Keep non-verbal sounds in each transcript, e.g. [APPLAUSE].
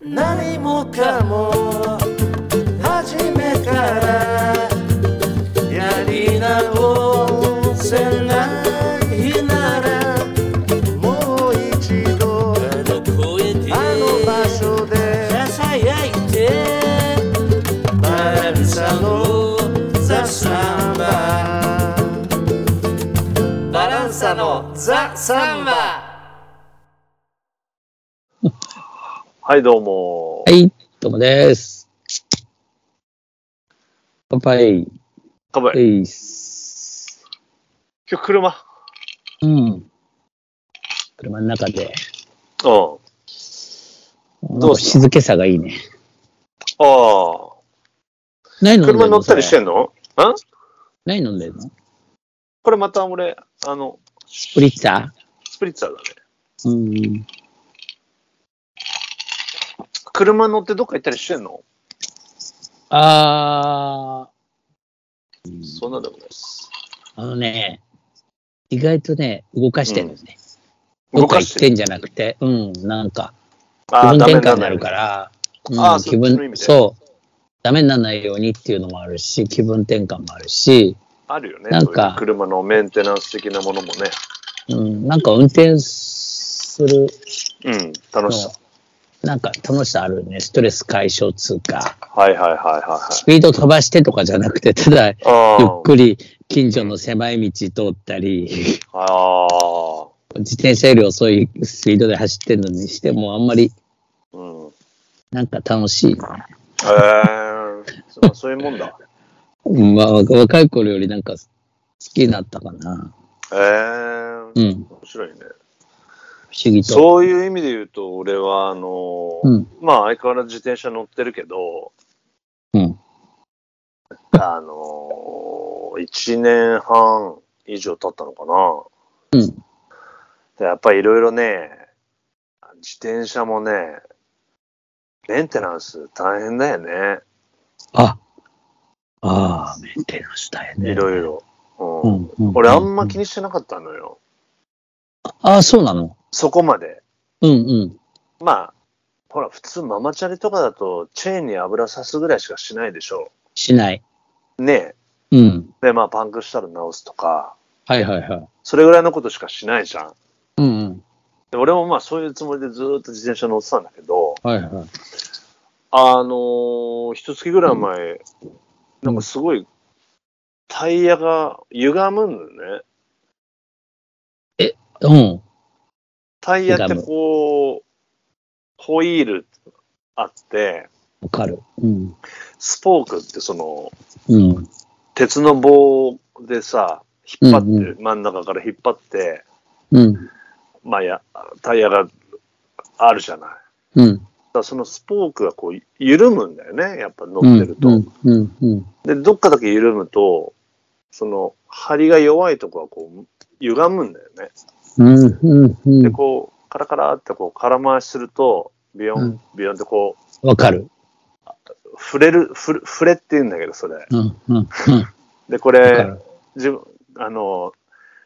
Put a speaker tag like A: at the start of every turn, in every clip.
A: 何もかも初めからやり直せないならもう一度
B: あの声で
A: あの場所で
B: ささやいて
A: バランサのザ・サンバ
B: バランサのザ・サンバ
C: はい、どうも。
D: はい、どうもです。乾杯。
C: 乾杯。
D: はい。
C: 今日車。
D: うん。車の中で、
C: うん。あ
D: なんか静けさがいいね。
C: あ。
D: 何飲んでんの
C: 車乗ったりして
D: の
C: んの
D: 何飲んでんの
C: これまた俺、あの、
D: プリッツァ
C: スプリッツァーだね。
D: うん。
C: 車乗ってどっか行ったりしてんの
D: あー、
C: そんなでもないです。
D: あのね、意外とね、動かしてるんですね。
C: 動
D: どっか
C: か
D: 行っ
C: して
D: て
C: る。
D: んじゃなくて、うん、なんか、
C: あ
D: 気分
C: ーダメ
D: 転
C: にな
D: 換
C: ん
D: に
C: な
D: ないるから、うん
C: あーそ
D: 気
C: その意味
D: 分、
C: で
D: そう、ダメにならないようにっていうのもあるし、気分転換もあるし、
C: あるよね。
D: なんか
C: そういう車のメンテナンス的なものもね。
D: うん、なんか運転する
C: うん。楽
D: の
C: しさ。、
D: なんか楽しさあるね、ストレス解消つうか、
C: はいはいはいはいはい
D: ス。ピード飛ばしてとかじゃなくて、ただ、ゆ
C: あ
D: っくり近所の狭い道通ったり、 [LAUGHS]
C: あ。ああ。
D: 自転車より遅いスピードで走ってるのにしても、あんまり
C: うん。へ
D: なんか楽しい。 [LAUGHS]
C: え。そそういうもんだ。
D: まあ、若い頃よりなんか好きになったかな。
C: へえ。
D: うん、不
C: 面白いね。
D: 思議と。
C: そういう意味で言うと、俺は、あのー
D: うん
C: まあ、相変わらず自転車乗ってるけど、
D: うん。
C: あのー、1年半以上経ったのかな。
D: うん。
C: でやっぱりいろいろね、自転車もね、メンテナンス大変だよね。
D: あ、ああ、メンテナンス大変ね。
C: いろいろ。
D: う
C: うん
D: んうん、
C: 俺、あんま気にしてなかったのよ。
D: ああ、そうなの。
C: そこまで。
D: うんうん。
C: まあ、ほら、普通ママチャリとかだと、チェーンに油さすぐらいしかしないでしょ
D: しない。
C: う。ね
D: うん。
C: え。で、まあ、パンクしたら直すとか、
D: はいはいはい。
C: それぐらいのことしかしないじゃん。
D: うんうん。
C: で俺もまあそういうつもりでずーっと自転車乗ってたんだけど、
D: はいはい。
C: あのー、一月ぐらい前、なんかすごいタイヤが歪むんだよね。
D: うん。
C: タイヤってこう、ホイールあって、
D: わかる。うん。
C: スポークってその
D: うん。
C: 鉄の棒でさ、引っ張って、
D: うん
C: 真ん中から引っ張って、
D: うん。
C: まあや、タイヤがあるじゃない。だか
D: うん。
C: らそのスポークがこう緩むんだよね、やっぱ乗ってると。
D: うん。うん。うん。
C: で、どっかだけ緩むと、その、張りが弱いとこはこう、歪むんだよね。
D: うん。うん。う
C: で、
D: ん。
C: こう、カラカラってこう、空回しすると、ビヨ
D: う
C: ン
D: ん、
C: ビヨンってこう、
D: わかる。
C: 触れる、ふ触れって言うんだけど、それ。
D: うん。うん。うん。
C: で、こ
D: わか
C: れ、
D: る。
C: 自分、あの、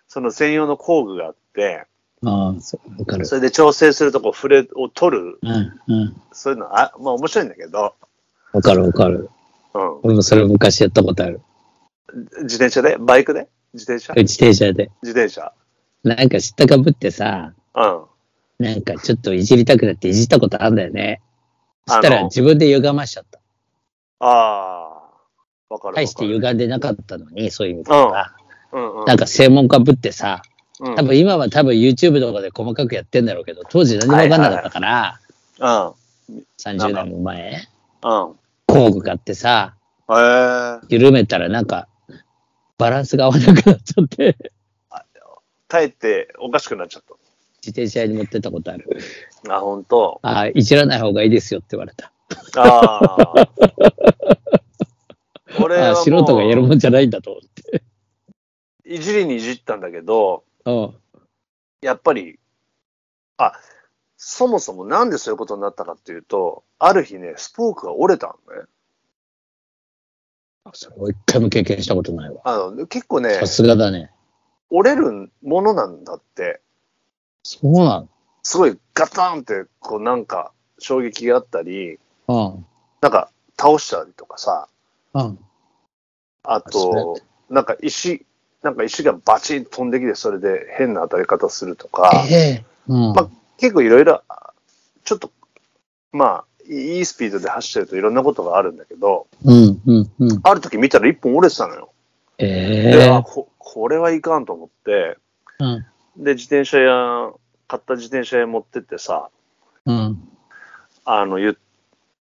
C: その専用の工具があって、
D: ああ、そうわかる
C: そ。れで調整するとこう、触れを取る、
D: うん。うん。
C: そういうの、あ、まあ面白いんだけど、
D: わかるわかる。
C: う
D: 俺もそれ昔やったことある。
C: ん。自転車でバイクで自転車
D: 自転車で。
C: 自転車。
D: なんか知ったかぶってさ、
C: うん。
D: なんかちょっといじりたくなっていじったことあるんだよね。そした
C: あ
D: ら
C: の
D: 自分で歪ましちゃった。
C: ああ、わかるわかる。
D: 大して
C: うん
D: 歪んでなかったのに、そういう意味では。
C: うん。
D: なんか専門家ぶってさ、
C: うん、
D: 多分今は多分 YouTube とかで細かくやってんだろうけど、当時何も分かんなかったから、
C: うん。
D: 30年も前、
C: うん。
D: 工具買ってさ、
C: へえ。
D: 緩めたらなんか、バランスが合わなくなっちゃって、 [LAUGHS]
C: 耐えておかしくなっちゃっ
D: 自転車に持ってったことある。
C: た。あ、本当。
D: ああ、いじらない方がいいですよって言われた。[LAUGHS]
C: ああ。俺
D: ああ、
C: はも
D: 素人がやる
C: う
D: もんじゃないんだと思って。
C: いじりにいじったんだけど、
D: うん。
C: やっぱり、あ、そもそもなんでそういうことになったかっていうと、ある日ね、スポークが折れたのね。
D: それを一回も経験したことないわ。
C: あの結構ね
D: さ、すがだね。
C: 折れるものなんだって、
D: そうなの
C: すごいガタンって、こうなんか、衝撃があったり、
D: うん。
C: なんか倒したりとかさ、
D: うん。
C: あ
D: そ
C: と、なんか石、なんか石がバチンと飛んできて、それで変な当たり方するとか、
D: ええうん。
C: まあ、結構いろいろ、ちょっと、まあ、いいスピードで走ってるといろんなことがあるんだけど、
D: うん。うん。うん。
C: ある時見たら一本折れてたのよ。
D: え
C: で、
D: え
C: あこ、これはいかんと思って、
D: うん。
C: で、自転車屋、買った自転車屋持ってってさ、
D: うん。
C: あの、言っ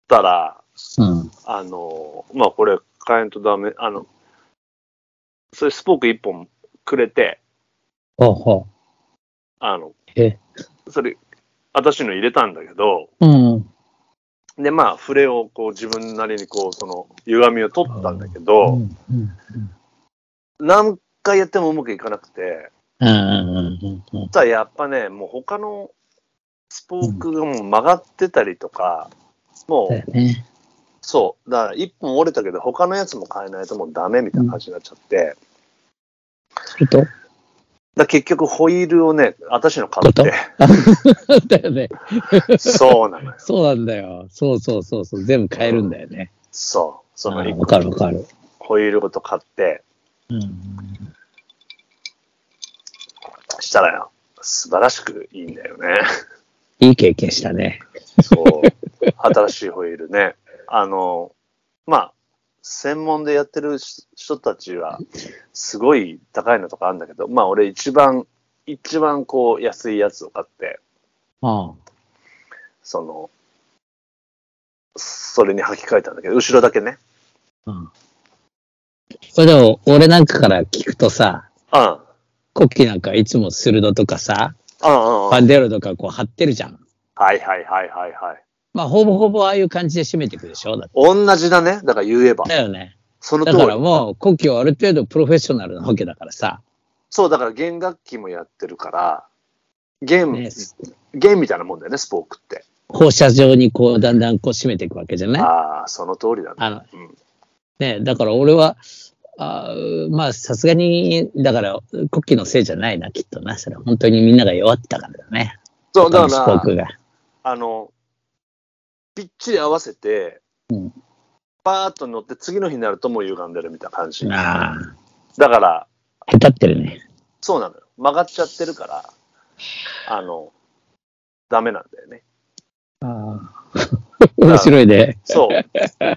C: たら、
D: うん。
C: あの、まあ、これ、買えんとダメ、あの、それスポーク一本くれて、
D: ほうほ
C: あの、
D: う。ええ
C: それ、私の入れたんだけど、
D: うん。
C: で、まあ、触れをこう自分なりにこう、その、歪みを取ったんだけ
D: う
C: ど、
D: ん。うん。
C: 何回やってもうまくいかなくて、
D: うん。うん。うん。
C: ただやっぱね、もう他のスポークがもう曲がってたりとか、も
D: だ
C: う、
D: よね。
C: そう、だから一本折れたけど、他のやつも買えないともうダメみたいな感じになっちゃって、だか
D: すると
C: ら結局ホイールをね、私の買っ
D: 買
C: て、
D: だよね。
C: そうなのよ。
D: そうなんだよ。そうそうそうそう。全部変えるんだよね。
C: そう、そ
D: あ
C: の
D: ー
C: 一
D: わ
C: 個
D: かるわかる。
C: ホイールごと買って、
D: うん。
C: したらよ、素晴らしくいいんだよ
D: [LAUGHS]
C: ね。
D: いい経験したね。
C: そう、新しいホイールね。あの、まあ、専門でやってる人たちは、すごい高いのとかあるんだけど、まあ、俺一番、一番こう、安いやつを買って、
D: うん。
C: その、それに履き替えたんだけど、後ろだけね。
D: うん。これでも、俺なんかから聞くとさ、
C: うん。うん
D: コッキーなんかいつも鋭とかさ、
C: うんうん。は
D: パ
C: い
D: ンデロとかこう貼ってるじゃん。
C: はいはいはいはい。
D: まあ、ほぼほぼああいう感じで締めていくでしょだって
C: 同じだね。だから言えば。
D: だよね。
C: その
D: だ
C: 通
D: から
C: り。
D: もう、コッキーはある程度プロフェッショナルなわけだからさ。
C: そう、だから弦楽器もやってるから、弦、
D: ね、
C: 弦みたいなもんだよね、スポークって。
D: 放射状にこう、だんだんこう締めていくわけじゃない
C: ああ、その通りだね。
D: あの、
C: うん
D: ね、だから俺は、あーまあ、さすがに、だから、コッキーのせいじゃないな、きっとな。それは本当にみんなが弱ってたからだね。
C: そう、だ
D: スポ
C: か
D: ー
C: ら、
D: クが。
C: あの、ぴっちり合わせて
D: うん、
C: パーッと乗って、次の日になるともう歪んでるみたいな感じ。だ
D: あ
C: から、
D: あ、下手ってるね。
C: そうなのよ。曲がっちゃってるから、あの、ダメなんだよね。
D: ああ。 [LAUGHS] 面白いね。 [LAUGHS]
C: そう。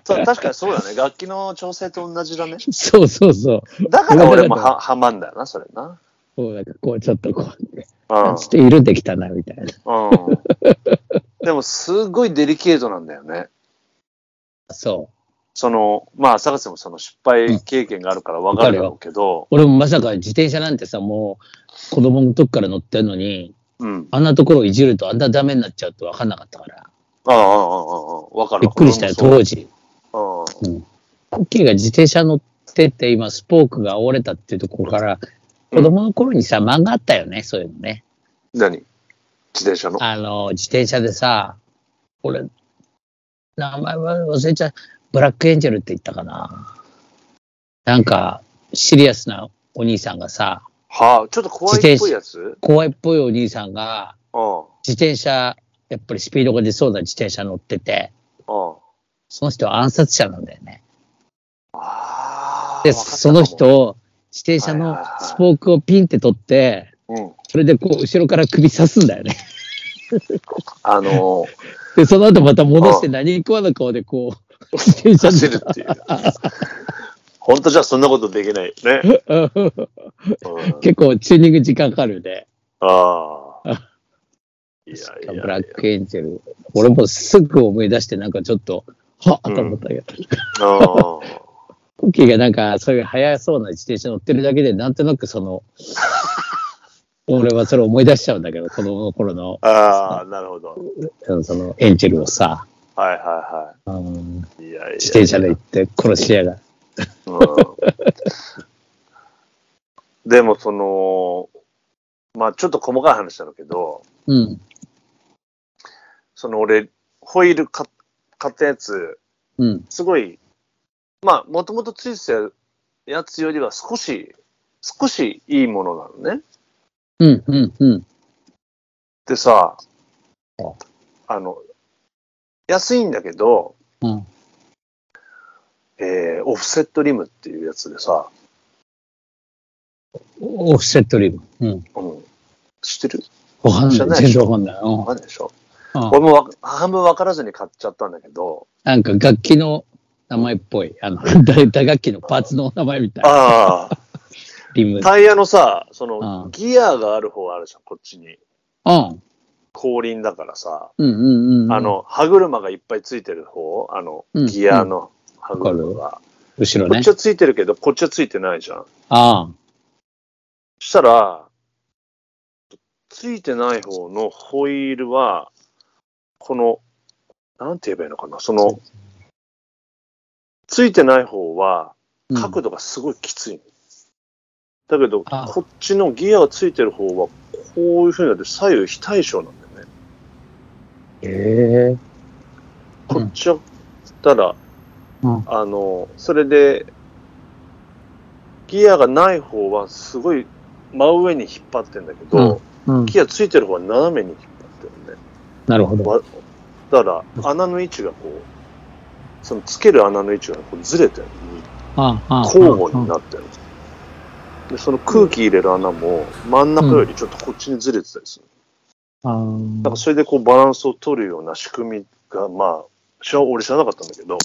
C: そう確かにそうだね。楽器の調整と同じだね。
D: そうそうそう。
C: だから俺も
D: [LAUGHS]
C: ははまんだよな、それな。
D: こう、なんかこう、ちょっとこう、
C: うん
D: ちょっと緩んできたな、みたいな。 [LAUGHS]
C: うん。でも、すごいデリケートなんだよね。
D: そう。
C: その、まあ、探せもその失敗経験があるから分かるだろうけど、
D: 俺もまさか自転車なんてさ、もう、子供の時から乗ってんのに、
C: うん。
D: あんなところをいじるとあんなダメになっちゃうって分かんなかったから。
C: ああ、ああ、ああ、分かる。
D: びっくりしたよ、
C: そう
D: 当時。
C: うん
D: うん。コッキーが自転車乗ってて、今、スポークが折れたっていうところから、
C: うん
D: 子供の頃にさ、漫画あったよね、そういうのね。
C: 何自転車の。
D: あの、自転車でさ、俺、名前は忘れちゃう、ブラックエンジェルって言ったかな。なんか、シリアスなお兄さんがさ、
C: はあ、ちょっと怖いっぽいやつ
D: 怖いっぽいお兄さんが、
C: うん。うん。
D: 自転車、やっぱりスピードが出そうな自転車乗ってて、その人は暗殺者なんだよね。
C: ああ。
D: で、
C: 分かったかも
D: その。人を、自転車のスポークをピンって取って、
C: うん。
D: それでこう、後ろから首刺すんだよ
C: [LAUGHS]
D: ね。
C: あの、
D: で、 [LAUGHS] その後また戻して何食わぬ顔でこう、自転車
C: 走
D: で
C: るっていう。 [LAUGHS] 本当じゃそんなことできないね。うん
D: 結構チューニング時間かかるよね。
C: ああ。いやい
D: ブ
C: や
D: ラックエンジェル。俺もすぐ思い出して、なんかちょっと、はっと思ったけど、
C: ああ。
D: コッキーがなんかそういう速そうな自転車乗ってるだけで、なんとなくその、
C: [LAUGHS]
D: 俺はそれ思い出しちゃうんだけど、子供の頃の、
C: ああ、なるほど。
D: うんそのエンジェルをさ、
C: はいは
D: うん自
C: いはい。いやいや
D: 転車で行って殺しやがる。
C: うんでもその、まあちょっと細かい話なんだけど、
D: うん、
C: その俺、ホイール買買ったやつ、
D: うん、
C: すごい、まあもともとついてたやつよりは少し、少しいいものなのね。
D: うん、うん、うん。
C: でさ
D: あ、
C: あの、安いんだけど、
D: うん。
C: えーオフセットリムっていうやつでさ、
D: オフセットリム。うん。
C: うん、知ってる
D: わかん
C: 知
D: な
C: ら
D: い。
C: ないで
D: 全
C: しょ
D: 然わかんない。うん
C: わ。かんないでしょ、
D: う
C: 俺
D: ん
C: もわ半分分からずに買っちゃったんだけど、
D: なんか楽器の名前っぽい。あの、大打楽器のパーツの名前みたいな。
C: ああ、
D: リム。
C: タイヤのさ、そうの
D: ん
C: ギアがある方あるじゃん、こっちに。
D: うん。
C: 後輪だからさ、
D: うんうんうん。
C: あ、の、歯車がいっぱいついてる方、あの、
D: うん
C: ギアの歯車
D: わ
C: が。
D: 後ろ
C: こっ
D: ね
C: ち。はついてるけど、こっちはついてないじゃん。
D: あ
C: したら、ついてない方のホイールは、この、なんて言えばいいのかな、その、ついてない方は、
D: あ。
C: 角度がすごいきついの。だけど、
D: あ
C: こっちのギアがついてる方は、こういうふうになって左右非対称なんだよね。
D: へえ。
C: こっちは、たら、
D: うん
C: あの、それで、ギアがない方はすごい真上に引っ張ってんだけど、
D: うん。
C: ギアついてる方は斜めに引っ張ってるね。
D: なるほど。
C: わだから、穴の位置がこう、そのつける穴の位置がこうずれてる。
D: ああ。ああ
C: 交互になってる。で、その空気入れる穴も真ん中よりちょっとこっちにずれてたりする。
D: ああ。
C: なんかそれでこうバランスを取るような仕組みが、まあ、知ら俺知らなかったんだけど、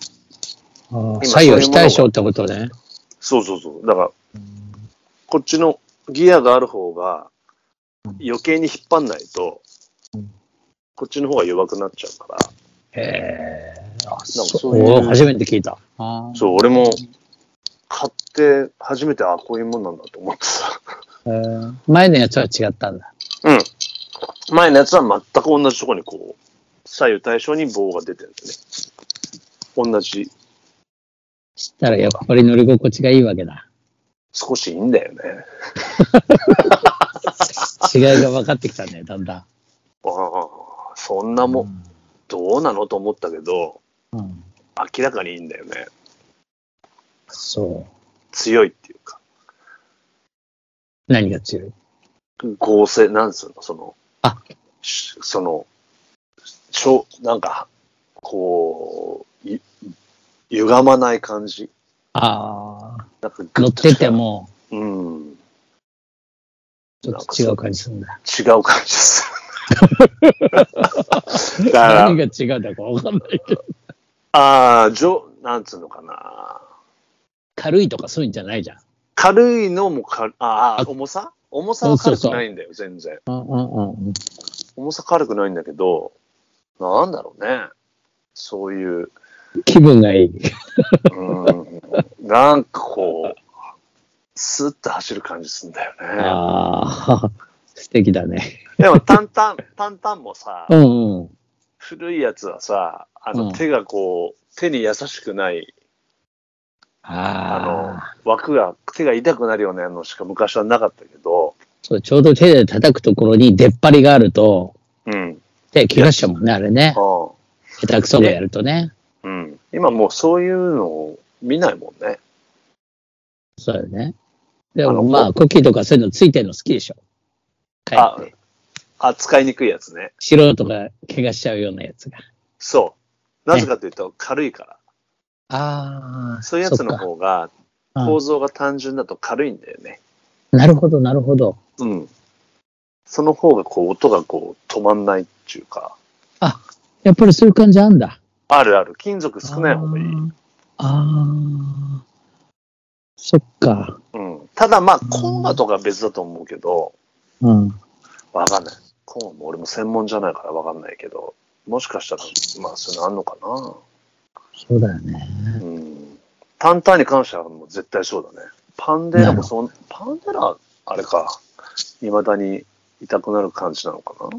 D: ああ
C: 今
D: 左右非対称ってことね。
C: そうそうそう。だから、こっちのギアがある方が余計に引っ張んないと、こっちの方が弱くなっちゃうから、
D: へえ。あ、
C: なんか
D: そ
C: そう
D: う。
C: いう
D: お初めて聞いた。ああ。
C: そう、俺も買って初めて、あ、こういうもんなんだと思ってさ。
D: へえ前のやつは違ったんだ。
C: うん。前のやつは全く同じとこにこう、左右対称に棒が出てるんだね。同じ、
D: したらやっぱり乗り心地がいいわけだ。
C: 少しいいんだよね。
D: 違いが分かってきたね、だんだん。
C: ああ、そんなもん、どうなのと思ったけど、
D: うん。
C: 明らかにいいんだよね。
D: そ
C: 強いっていうか、
D: う。何が強い
C: 合成、なんつうの、その、
D: あ
C: しその、しょなんか、こう、ゆ歪まない感じ。
D: ああ。
C: なんかグ
D: 乗
C: ッ
D: っ
C: と
D: て
C: した
D: て、も、
C: うん、
D: ちょっと違う感じするんだ。
C: 違う感じする。だから、
D: 何が違うんだか分かんないけど。
C: ああ、じょ、なんつうのかな。
D: 軽いとかそういうんじゃないじゃん。
C: 軽いのもか、ああ、
D: あ
C: 重さ重さは軽くないんだよ、全然。
D: うんうんうん。
C: 重さ軽くないんだけど、なんだろうね。そういう、
D: 気分がいい。
C: うん、 [LAUGHS] なんかこう、スッと走る感じするんだよね。
D: ああ、 [LAUGHS] 素敵だね。
C: でも、タンタン、タンタンもさ、
D: うんうん。
C: 古いやつはさ、あ
D: うん
C: の、手がこう、手に優しくない、あの
D: ああ。、
C: 枠が、手が痛くなるようなのしか昔はなかったけど、
D: そう、ちょうど手で叩くところに出っ張りがあると、
C: うん。
D: 手怪我しちゃうもんね、あれね。
C: ああ
D: 下手くそがやるとね。
C: うん、今もうそういうのを見ないもんね。
D: そうだよね。で
C: あの
D: もまあ、コキとかそういうのついてるの好きでしょ。
C: あ
D: 帰って。
C: あ、使いにくいやつね。
D: 素人が怪我しちゃうようなやつが。
C: そう。なぜかというと軽いから。
D: ああ。
C: そういうやつの
D: そっか
C: 方が
D: うん
C: 構造が単純だと軽いんだよね。
D: なるほど、なるほど。
C: うん。その方がこう音がこう止まんないっていうか。
D: やっぱりそういう感じあんだ。
C: あるある。金属少ない方がいい。
D: ああ。そっか。
C: うん。ただまあ、コンマとか別だと思うけど、
D: うん。
C: わかんない。コンマも俺も専門じゃないからわかんないけど、もしかしたら、まあそういうのあんのかな。
D: そうだよね。
C: うんパンタンに関してはもう絶対そうだね。パンデラもそん、パンデラ、あれか、未だに痛くなる感じなのかな、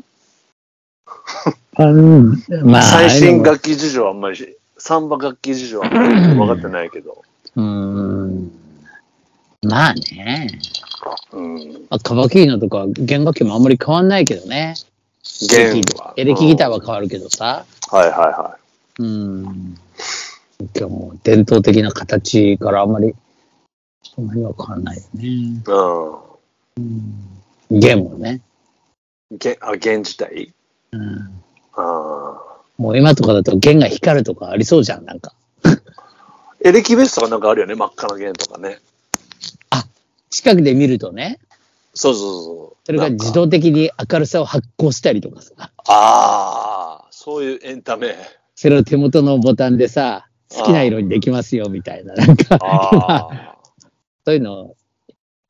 D: あうんまあ、
C: 最新
D: が
C: 楽器事情はあんまりし、サンバ楽器事情はあんまり分かってないけど、
D: うーん。まあね。
C: うん。
D: まあ、カバキリノとか弦楽器もあんまり変わんないけどね。
C: 弦は。
D: エレキギター
C: は、
D: は変わるけどさ。
C: はいはいは
D: うん。今日も伝統的な形からあんまり、そんなには変わんないよね。
C: い。
D: 弦もね。
C: うん。弦、あ、弦自体
D: うん。
C: ああ。
D: もう今とかだと弦が光るとかありそうじゃん、なんか。
C: エレキベースとかなんかあるよね、真っ赤な弦とかね。
D: 近くで見るとね、
C: そうそうそう。
D: それが
C: なんか
D: 自動的に明るさを発光したりとかさ、
C: ああ、そういうエンタメ。
D: それを手元のボタンでさ、好きな色にできますよみたいな、なんか、 [LAUGHS]
C: ああ。
D: そういうの、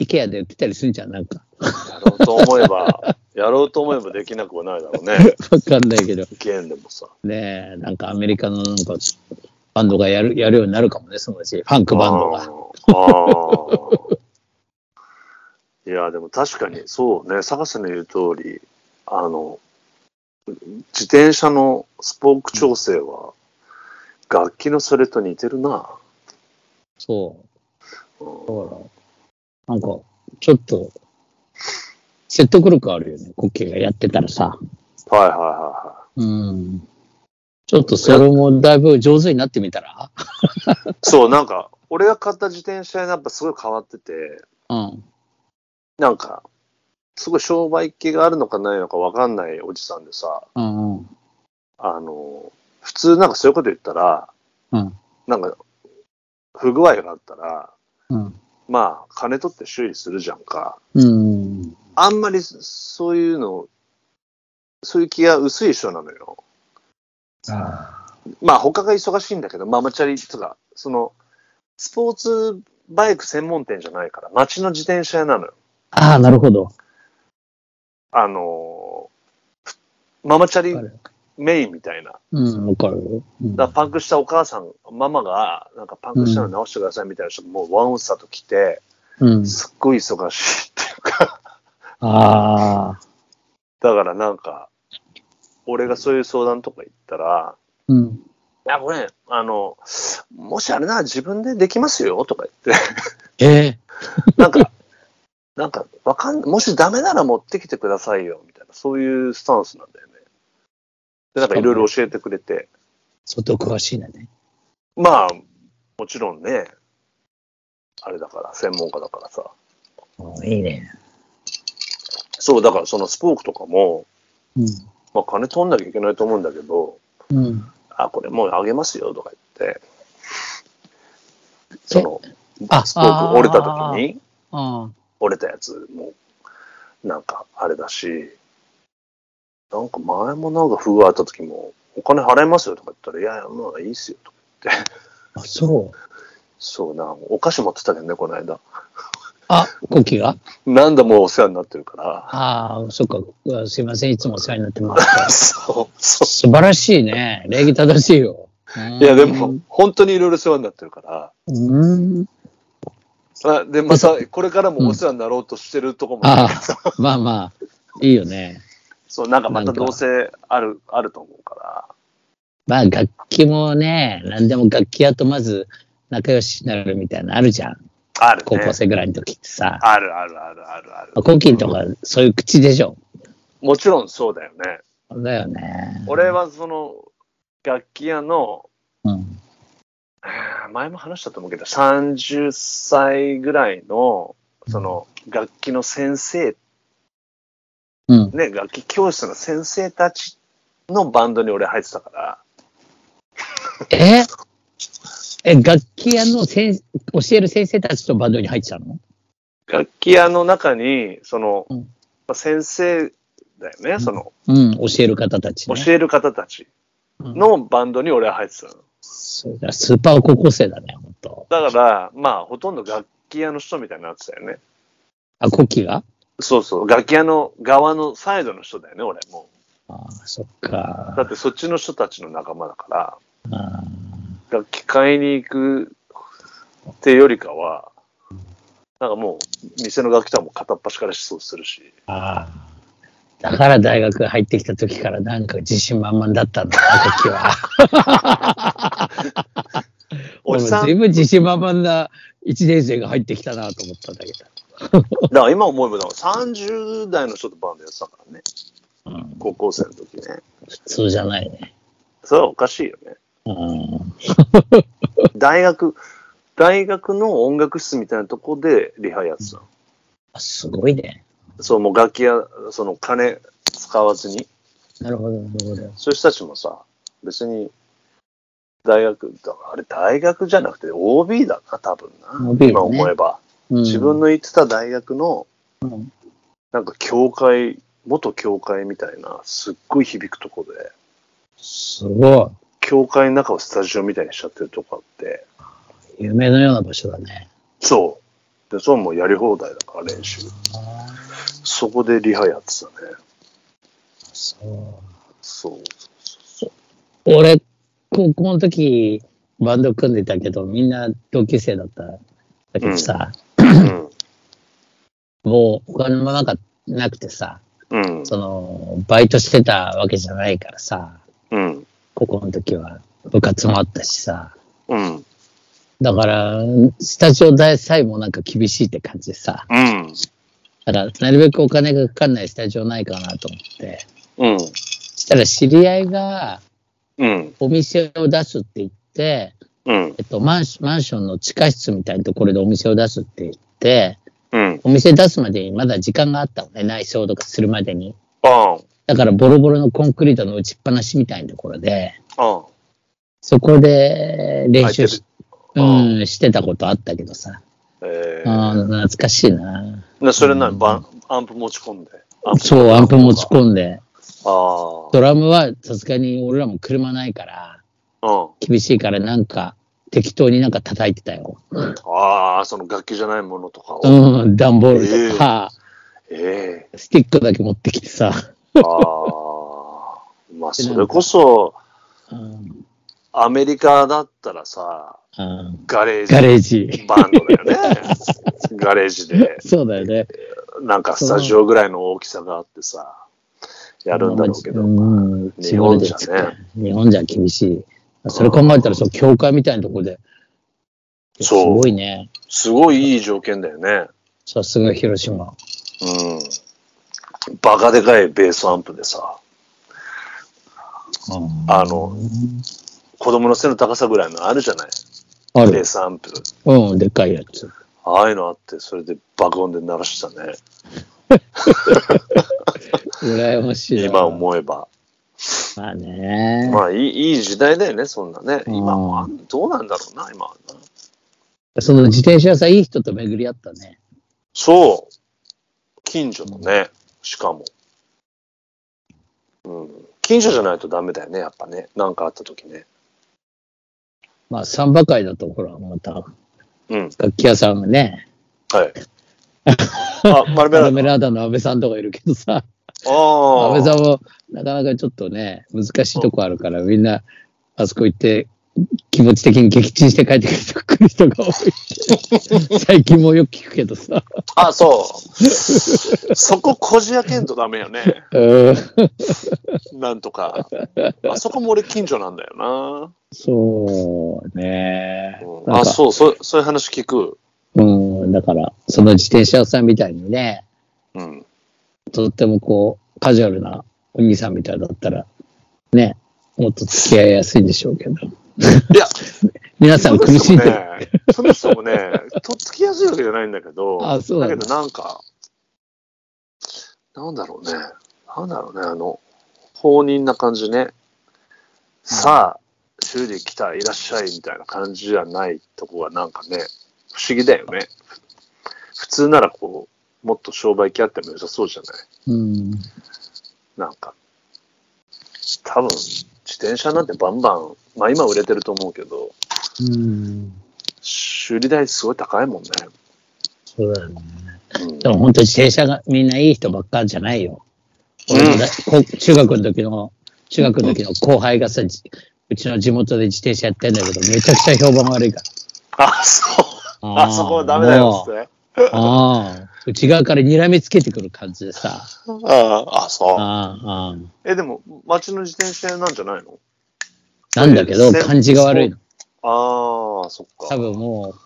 D: IKEA で売ってたりするんじゃん、なんか。 [LAUGHS]
C: やろうと思えば、 [LAUGHS] やろうと思えばできなくはないだろうね。
D: わかんないけど。
C: 弦でもさ。
D: ねえ、なんかアメリカのなんか、バンドがやる、やるようになるかもね、そのうち。ファンクバンドが。
C: あーあー。いや、でも確かに、そうね、探すの言う通り、あの、自転車のスポーク調整は、楽器のそれと似てるな。
D: そう。だから、なんか、ちょっと、説得力あるよね、コッケがやってたらさ。
C: はいはいはいは
D: うん。ちょっとそれもだいぶ上手になってみたら
C: い。そう、なんか、俺が買った自転車やっぱすごい変わってて、
D: うん。
C: なんか、すごい商売気があるのかないのかわかんないおじさんでさ、
D: うんうん。
C: あの、普通なんかそういうこと言ったら、
D: うん
C: なんか、不具合があったら、
D: うん。
C: まあ、金取って修理するじゃんか。
D: うん。
C: あんまりそそういうの、そういう気が薄い人なのよ。
D: あ
C: まあ、他が忙しいんだけど、ママチャリとか、その、スポーツバイク専門店じゃないから、街の自転車屋なのよ。
D: あー、なるほど。
C: あのーママチャリ
D: わかる
C: メインみたいな。
D: うん、わかるよ。うん
C: だからパンクしたお母さん、ママが、なんかパンクしたの直してくださいみたいな人も、もうワンオンサと来て、
D: うん。
C: すっごい忙しいっていうか。 [LAUGHS]
D: ああ。
C: だからなんか、俺がそういう相談とか行ったら、
D: うん。
C: いや、これ、あの、もしあれなら自分でできますよとか言って、 [LAUGHS]
D: え
C: なんか、なんか、わかん、もしダメなら持ってきてくださいよみたいな、そういうスタンスなんだよね。で、なんかいろいろ教えてくれて、
D: 相当詳しいんだね。
C: まあ、もちろんね、あれだから、専門家だからさ。
D: うんいいね。
C: そう、だからそのスポークとかも、
D: う
C: まあ金取んなきゃいけないと思うんだけど、
D: ん。うん。
C: あ、これもうあげますよとか言って、その、
D: あ
C: スポーク折れた時に、
D: ああ。
C: 折れたやつも、なんかあれだし、なんか前もなんか不具合あった時も、お金払いますよとか言ったら、いやいや、まあいいっすよとか。
D: あ、そう。
C: そうな、お菓子持ってたけどね、この間。
D: あ、コッキーが
C: 何度もお世話になってるか
D: ああ、そっか。うわすいません。いつもお世話になってます。
C: ら。 [LAUGHS] そう、
D: [LAUGHS]
C: そ
D: 素晴らしいね。礼儀正しいよ。
C: う。いや、でも、本当にいろいろ世話になってるか
D: うん。
C: ら。あで、また、これからもお世話になろうとしてるとこも
D: あ
C: ある
D: あ、まあまあ、いいよね。
C: そう、なんかま
D: な
C: た
D: んか
C: どうせある、あると思うから。
D: まあ、楽器もね、何でも楽器屋とまず仲良しになるみたいなのあるじゃん。
C: ある
D: 高
C: ね
D: 校。生ぐらいの時ってさ。
C: あるあるあるあるある。
D: コッキーとかそういう口でしょ。
C: もちろんそうだよね。
D: だよね。
C: 俺はその楽器屋の、
D: うん。
C: あー前も話したと思うけど、30歳ぐらいの、その楽器の先生、
D: うん。
C: ね、楽器教室の先生たちのバンドに俺入ってたから、
D: ええ、楽器屋の先教える先生たちとバンドに入ってたの
C: 楽器屋の中に、その、
D: うん
C: まあ先生だよね、その、
D: うん、教える方たち、ね。
C: 教える方たちのバンドに俺は入ってたの。
D: それがスーパー高校生だね、本当。
C: だから、まあ、ほとんど楽器屋の人みたいになってたよね。
D: あ、コッキーが
C: そうそう、楽器屋の側のサイドの人だよね、俺も
D: ああ、そっ
C: う。だ
D: か。
C: ってそっちの人たちの仲間だから、
D: あ
C: 楽器買いに行くってよりかは、なんかもう、店の楽器とはもう片っ端から思想するし、
D: あああ。だから大学入ってきた時からなんか自信満々だったんだ
C: [LAUGHS]
D: な、コッキーは。
C: おじさん、
D: 随
C: だか
D: 分自信満々な1年生が入ってきたなと思ったんだけど。
C: ら今思えば、30代の人とバンドやってたからね、
D: うん、
C: 高校生の時ね。
D: 普通じゃないね。
C: それはおかしいよね。
D: うん。
C: 大学、大学の音楽室みたいなとこでリハやってたの。
D: あすごいね。
C: そう、もう楽器屋、その金使わずに。
D: なるほど、なるほど。
C: そういう人たちもさ、別に、大学、だからあれ大学じゃなくて OB だな、多分な。
D: OB ね
C: 今思えば。
D: うん
C: 自分の行ってた大学の、
D: うん
C: なんか教会、元教会みたいな、すっごい響くとこで、
D: すご
C: 教会の中をスタジオみたいにしちゃってるとこあって、
D: い。夢のような場所だね。
C: そう。で、そうもうやり放題だから練習。そこでリハやってたね。
D: そう。
C: そう。
D: 俺、高校の時、バンド組んでたけど、みんな同級生だったんだけどさ、
C: うん。
D: もうお金もなんかなくてさ、
C: うん。
D: その、バイトしてたわけじゃないからさ、
C: うん。
D: 高校の時は部活もあったしさ、
C: うん。
D: だから、スタジオ代さえもなんか厳しいって感じでさ、
C: うん。
D: だから、なるべくお金がかかんないスタジオないかなと思って、
C: うん。
D: そしたら知り合いが
C: うん。
D: お店を出すって言って、
C: うん。
D: えっと、マンシマンションの地下室みたいなところでお店を出すって言って、
C: うん。
D: お店出すまでにまだ時間があったのね、内装とかするまでに。
C: あ
D: だからボロボロのコンクリートの打ちっぱなしみたいなところで、
C: あ。ああ。
D: そこで練習し,、
C: 空いてる
D: うん、してたことあったけどさ、
C: ええ
D: あー懐かしいな。
C: なそれな、バンアンプ持ち込んで。アンプ
D: そう、アンプ持ち込んで、
C: あ
D: ドラムはさすがに俺らも車ないから、
C: あ。うん。
D: 厳しいからなんか適当になんか叩いてたよ。
C: ああ、その楽器じゃないものとかを。
D: うん、段ボールとか、
C: え
D: スティックだけ持ってきてさ、
C: えああ。まあ、それこそ、
D: うん
C: アメリカだったらさ、
D: うん
C: ガレージ。
D: ガレージ。
C: バンドだよね。ガレージで、
D: そうだよね。
C: なんかスタジオぐらいの大きさがあってさ、やるんだろうけど。
D: うん
C: 日本じゃね
D: 地方で作る日本じゃ厳しい。それ考えたら、そう、教会みたいなところで。す
C: そう
D: ごいね。
C: すごいいい条件だよね。
D: さすが広島。
C: うん。バカでかいベースアンプでさ、あの、子供の背の高さぐらいのあるじゃない。
D: あ
C: ベー
D: る。
C: スアンプ。
D: うん、でっかいやつ。
C: ああいうのあって、それで爆音で鳴らしたね。
D: 羨ましいな。
C: 今思えば。
D: まあね。
C: まあいい、いい時代だよね、そんなね。
D: うん
C: 今は、どうなんだろうな、今はな。
D: その自転車屋さん、いい人と巡り合ったね。
C: そう。近所のね、しかも。うん。近所じゃないとダメだよね、やっぱね。なんかあった時ね。
D: まあ、サンバ会だと、ほら、また、
C: うん。
D: 楽器屋さんがね、
C: [LAUGHS] はい。あ、
D: カ
C: 丸めら
D: ラ
C: れ
D: メ
C: た。
D: ラーダの安倍さんとかいるけどさ、
C: あ
D: 安
C: あ。
D: 倍さんもなかなかちょっとね、難しいとこあるから、みんな、あそこ行って、気持ち的に撃沈して帰ってくる人が
C: [LAUGHS]
D: 多い。最近もよく聞くけどさ。 [LAUGHS]
C: あ、そう。 [LAUGHS] そここじ開けんとダメよね。
D: うん
C: なんと [LAUGHS] か。あそこも俺近所なんだよ
D: そうね
C: な。う。ん
D: なん
C: あ、
D: か
C: そう、そうそういう話聞く。
D: うん、だから、その自転車屋さんみたいにね、
C: [LAUGHS] うん。
D: とってもこう、カジュアルなお兄さんみたいだったら、ね、もっと付き合いやすいんでしょうけど。
C: いや、
D: 皆さん苦しんでる。
C: その人もね、その人もね、とっつきやすいわけじゃないんだけど、
D: あそうな
C: だ
D: ん
C: け
D: だ
C: どなんか、なんだろうね、なんだろうね、あの、放任な感じね。さあ、修理来た、いらっしゃい、みたいな感じじゃないとこがなんかね、不思議だよね。普通ならこう、もっと商売機あっても良さそうじゃない
D: うん、
C: なんか、多分、自転車なんてバンバン、まあ今売れてると思うけど、
D: うん、
C: 修理代すごい高いもんね。
D: そうだよね。
C: うん
D: でも本当自転車がみんないい人ばっかじゃないよ。俺もだこ中学の時の、中学の時の後輩がさ、じうちの地元で自転車やってんだけど、めちゃくちゃ評判悪いから。
C: あ、そう。
D: あー
C: あそこはダメだよっつってね。
D: ああ、内側から睨みつけてくる感じでさ。
C: ああ、そ
D: あ
C: う。
D: あ、ああ。
C: え、でも、町の自転車屋なんじゃないの
D: なんだけど、
C: せん
D: 感じが悪いの。
C: ああ、そっか。
D: 多分もう、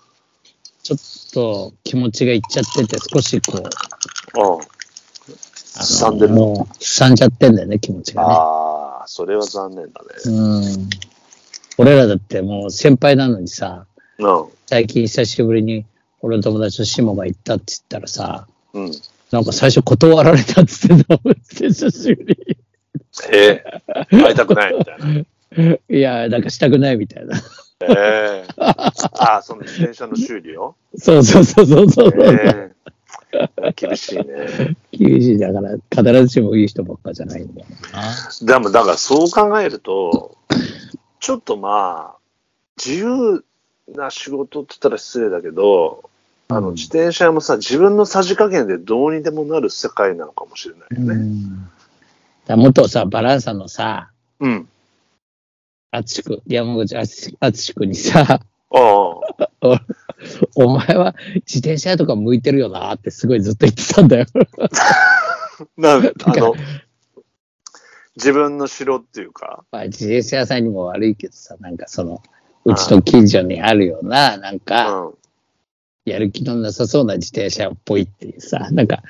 D: ちょっと気持ちがいっちゃってて、少しこう、
C: うん。
D: あの
C: すさんでる
D: もう、すさんじゃってんだよね、気持ちがね。
C: ああ、それは残念だね。
D: うん。俺らだってもう先輩なのにさ、
C: う
D: 最近久しぶりに俺の友達のシモが行ったって言ったらさ、
C: ん。うん。
D: なんか最初断られたって言ってたの、久しぶり。
C: ええ、会いたくないみたいな。
D: いや、なんかしたくないみたいな。
C: ええああ、その自転車の修理を
D: そうそうそうそうそうそう。
C: ええ厳しいね。
D: 厳しいだから、必ずしもいい人ばっかじゃないんだよな。
C: でも、だからそう考えると、ちょっとまあ、自由な仕事って言ったら失礼だけど、あの自転車もさ、自分のさじ加減でどうにでもなる世界なのかもしれな
D: う
C: いよね。
D: ん。だから元さ、バランサのさ、
C: うん。
D: あつしく、山口あつしくにさ、
C: ああ、
D: お前は自転車とか向いてるよなってすごいずっと言ってたんだよ。[LAUGHS]
C: なあの、自分の城っていうか、
D: まあ、自転車屋さんにも悪いけどさ、なんかその、うちの近所にあるような、なんか、
C: うん。
D: やる気のなさそうな自転車っぽいっていうさ、なんか、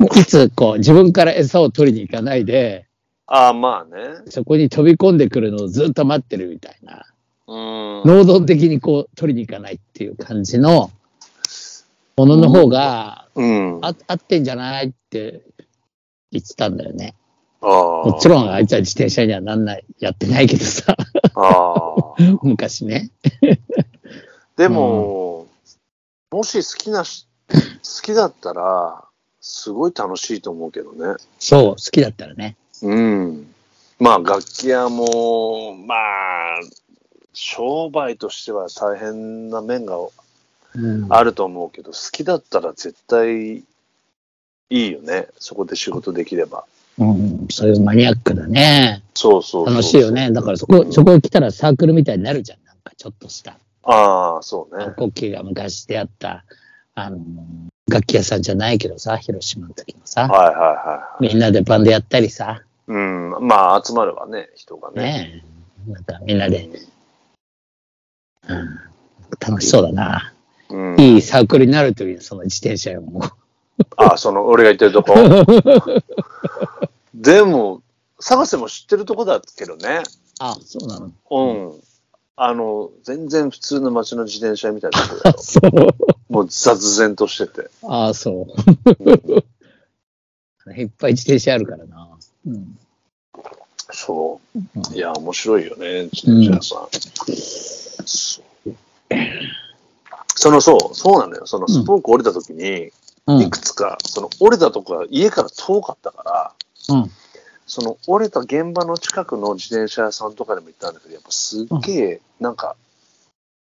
D: もういつこう自分から餌を取りに行かないで、
C: ああ、まあね。
D: そこに飛び込んでくるのをずっと待ってるみたいな、
C: うん。
D: 能動的にこう取りに行かないっていう感じのものの方が、
C: うん。
D: あ合ってんじゃないって言ってたんだよね。も
C: も
D: ちろんあいつは自転車にはなんない、やってないけどさ、 [LAUGHS]
C: ああ。
D: 昔ね。
C: でも、もし好きなし、好きだったら、すごい楽しいと思うけどね。
D: そう、好きだったらね。
C: うん。まあ、楽器屋も、まあ、商売としては大変な面が
D: うん
C: あると思うけど、好きだったら絶対いいよね。そこで仕事できれば。
D: うん、そういうマニアックだね。
C: そうそうそう
D: 楽しいよね。だからそこ、
C: うん
D: そこに来たらサークルみたいになるじゃん。なんかちょっとした。
C: ああ、そうね
D: 反。抗期が昔出会った、あの、楽器屋さんじゃないけどさ、広島の時のさ、
C: はいはいは
D: み
C: い。
D: んなでバンドやったりさ、
C: うん。まあ、集まるわね、人がね。
D: ねえ、なんかみんなで、うん、楽しそうだな。
C: うん。
D: いいサークルになるという、その自転車よ、もう。
C: あ、その、俺が言って
D: [LAUGHS]
C: るとこ。でも、探せも知ってるとこだけどね。
D: あ、そうなの。
C: うん。あの、全然普通の街の自転車みたいなとこだ
D: あ、
C: よ。
D: そう。
C: もう雑然としてて。
D: ああ、 [LAUGHS] そう。いっぱい自転車あるからな。うん。
C: そう。いや、面白いよね、自転車屋さん。そうその、そう、そうなんだよ。その、スポーク降りた時に、
D: うん。
C: いくつか、その、降りたとこが家から遠かったから、
D: うん
C: その折れた現場の近くの自転車屋さんとかでも行ったんだけど、やっぱすっげえ、なんか、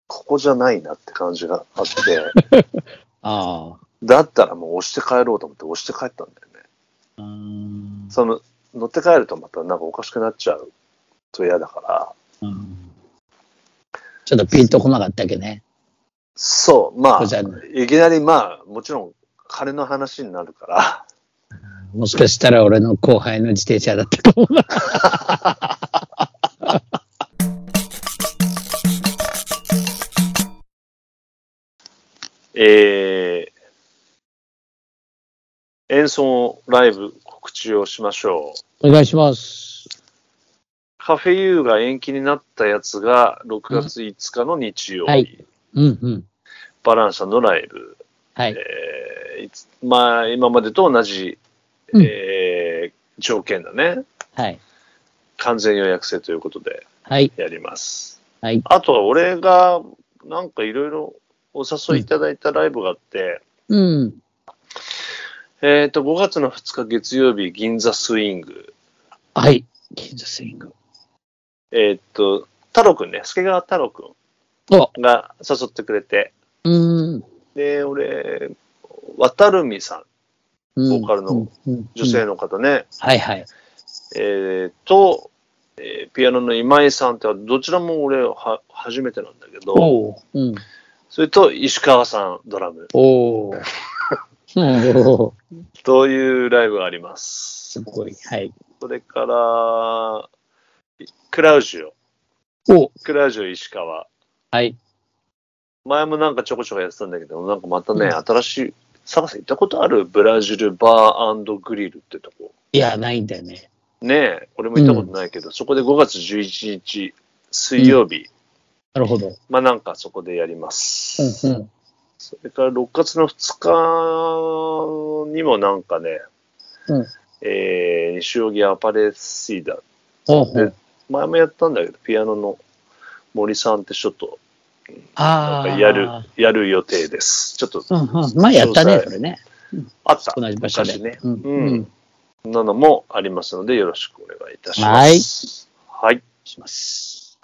C: ここじゃないなって感じがあって、
D: あ
C: だったらもう押して帰ろうと思って押して帰ったんだよね。
D: あ。うん。
C: その、乗って帰るとまたなんかおかしくなっちゃうと嫌だから、
D: うんちょっとピンとこなかったっけね。
C: そう、ま
D: ここじゃ
C: あ、いきなりまあ、もちろん金の話になるから、
D: もしかしたら俺の後輩の自転車だったかもな。
C: えー、演奏ライブ告知をしましょう。
D: お願いします。
C: カフェユーが延期になったやつが6月5日の日曜日、
D: はいうんうん。
C: バランサのライブ、
D: はい。
C: えーいつまあ、今までと同じ、
D: うん
C: えー条件だね
D: はい。
C: 完全予約制ということで
D: はい。
C: やります
D: はい。
C: あとは俺がなんかいろいろお誘いいただいたライブがあって、
D: うん。
C: えっ、と5月の2日月曜日銀座スイング
D: はい。キンズスイング。
C: えっ、と太郎くんね助川太郎く
D: お
C: んが誘ってくれて
D: うん。
C: で、俺、渡るみさ
D: う
C: ん、
D: ん
C: ボーカルの女性。
D: うん
C: の方ね、
D: はいはい。
C: えーと、えーピアノの今井さんって、どちらも俺は、初めてなんだけど、
D: おうん。
C: それと石川さん、ドラム、
D: おーおー。 [LAUGHS]
C: というライブがあります
D: す。ごい。はい。
C: それから、クラウジオ、
D: お
C: クラウジオ石川。
D: はい。
C: 前もなんかちょこちょこやってたんだけど、なんかまたね、新しい、探せ行ったことあるブラジルバーグリルってとこ。
D: いや、ないんだよね。
C: ねえ、俺も行ったことないけど、そこで5月11日、水曜日、
D: なるほど。
C: まあなんかそこでやります。
D: うんうん。
C: それから6月の2日にもなんかね、
D: うん
C: えー西荻アパレスイダ
D: ほうほう。
C: 前もやったんだけど、ピアノの森さんってちょっと、な
D: あ
C: ん
D: あ。
C: かやる、やる予定です。ちょっと、
D: うんうん。まあやった
C: 詳
D: ね、
C: 細
D: それね。
C: あった。
D: 同じ場所で。
C: 昔ね。
D: うん。
C: うん。そんなのもありますので、よろしくお願いいたします。はい。します。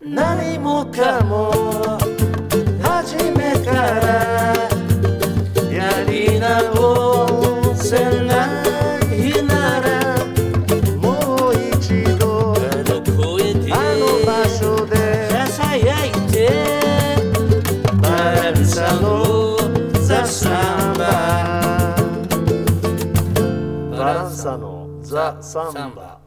A: 何もかも初めからやり直せないならもう一度
B: あの声で
A: あの場所で
B: ささやいて
A: バランサのザ・サンババランサのザ・サンバ